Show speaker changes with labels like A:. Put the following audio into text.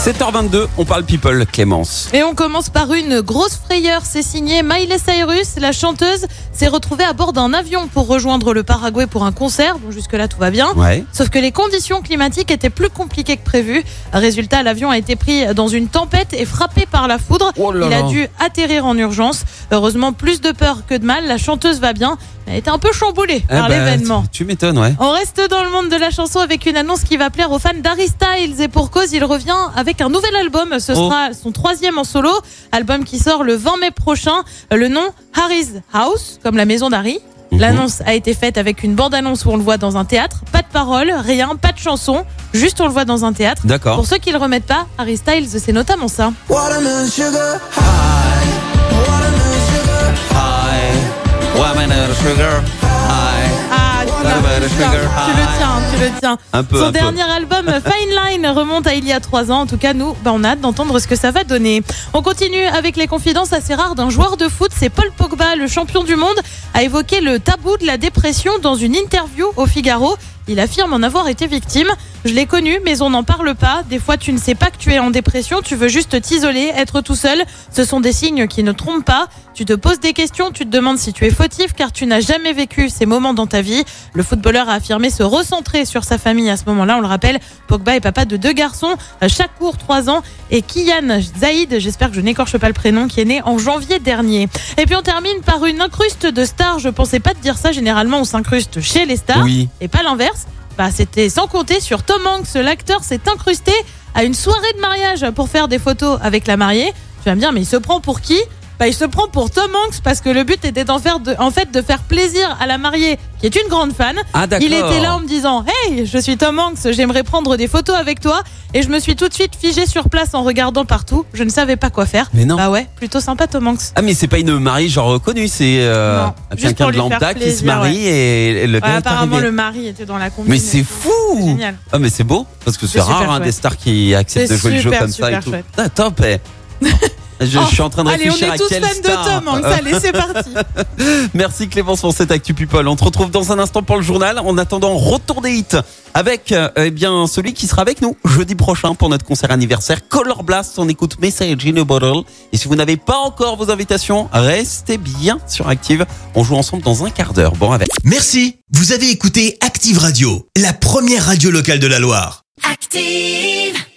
A: 7h22, on parle people, Clémence.
B: Et on commence par une grosse frayeur. C'est signé Miley Cyrus, la chanteuse, s'est retrouvée à bord d'un avion pour rejoindre le Paraguay pour un concert. Bon, jusque-là, tout va bien.
A: Ouais.
B: Sauf que les conditions climatiques étaient plus compliquées que prévu. Résultat, l'avion a été pris dans une tempête et frappé par la foudre.
A: Oh là
B: Il
A: là.
B: a dû atterrir en urgence. Heureusement, plus de peur que de mal. La chanteuse va bien. Elle était un peu chamboulée
A: Eh
B: par
A: ben,
B: l'événement.
A: Tu m'étonnes, ouais.
B: On reste dans le monde de la chanson avec une annonce qui va plaire aux fans d'Harry Styles et pour cause, il revient avec un nouvel album. Ce
A: Oh.
B: sera son troisième en solo, album qui sort le 20 mai prochain. Le nom Harry's House, comme la maison d'Harry.
C: Mhm.
B: L'annonce a été faite avec une bande-annonce où on le voit dans un théâtre. Pas de paroles, rien, pas de chanson, juste on le voit dans un théâtre.
C: Ah.
A: D'accord.
B: Pour ceux qui le remettent pas, Harry Styles, c'est notamment ça.
C: Watermelon sugar high. Watermelon sugar high. Watermelon sugar high.
B: Ah, tu l'as,
C: bah,
B: tu
C: le
B: l'as.
C: sugar
B: Tu le tiens, hein, tu le tiens.
A: Un peu,
B: Son
A: un peu.
B: dernier album Fine Line remonte à il y a trois ans. En tout cas, nous, bah, on a hâte d'entendre ce que ça va donner. On continue avec les confidences assez rares d'un joueur de foot. C'est Paul Pogba, le champion du monde, a évoqué le tabou de la dépression dans une interview au Figaro. Il affirme en avoir été victime. Je l'ai connu, mais on n'en parle pas. Des fois, tu ne sais pas que tu es en dépression. Tu veux juste t'isoler, être tout seul. Ce sont des signes qui ne trompent pas. Tu te poses des questions, tu te demandes si tu es fautif car tu n'as jamais vécu ces moments dans ta vie. Le footballeur a affirmé se recentrer sur sa famille à ce moment-là. On le rappelle, Pogba est papa de deux garçons, chaque cours 3 ans, et Kian Zaïd, j'espère que je n'écorche pas le prénom, qui est né en janvier dernier. Et puis on termine par une incruste de star. Je pensais pas te dire ça. Généralement, on s'incruste chez les stars
A: Oui.
B: et pas l'inverse. Bah, c'était sans compter sur Tom Hanks, l'acteur s'est incrusté à une soirée de mariage pour faire des photos avec la mariée. Tu vas me dire, mais il se prend pour qui bah, il se prend pour Tom Hanks parce que le but était d'en faire de, en fait de faire plaisir à la mariée qui est une grande fan.
A: Ah, d'accord.
B: Il était là en me disant Hey, je suis Tom Hanks, j'aimerais prendre des photos avec toi. Et je me suis tout de suite figée sur place en regardant partout. Je ne savais pas quoi faire.
A: Mais non.
B: Bah ouais, plutôt sympa Tom Hanks.
A: Ah, mais c'est pas une mariée genre reconnue, c'est euh,
B: Non, juste
A: quelqu'un de
B: pour lui faire
A: lambda qui se
B: plaisir,
A: marie et le
B: Ouais,
A: gars est
B: apparemment,
A: arrivé.
B: le mari était dans la combine.
A: Mais c'est fou
B: Génial.
A: Ah, mais c'est beau, parce que c'est
B: C'est super
A: rare hein,
B: chouette.
A: des stars qui acceptent
B: C'est
A: de jouer le jeu
B: super,
A: comme ça et
B: super
A: tout.
B: chouette.
A: Ah, top eh. Je, je
B: Oh,
A: suis en train de
B: Allez, on
A: réfléchir
B: est
A: à
B: tous
A: quelle
B: fans
A: star.
B: de Tom Hanks. Allez, c'est parti.
A: Merci Clémence pour cette Actu People. On te retrouve dans un instant pour le journal. En attendant, retour des hits avec euh, eh bien celui qui sera avec nous jeudi prochain pour notre concert anniversaire Color Blast. On écoute Message in a Bottle. Et si vous n'avez pas encore vos invitations, restez bien sur Active. On joue ensemble dans un quart d'heure. Bon, avec.
D: Merci, vous avez écouté Active Radio, la première radio locale de la Loire.
E: active.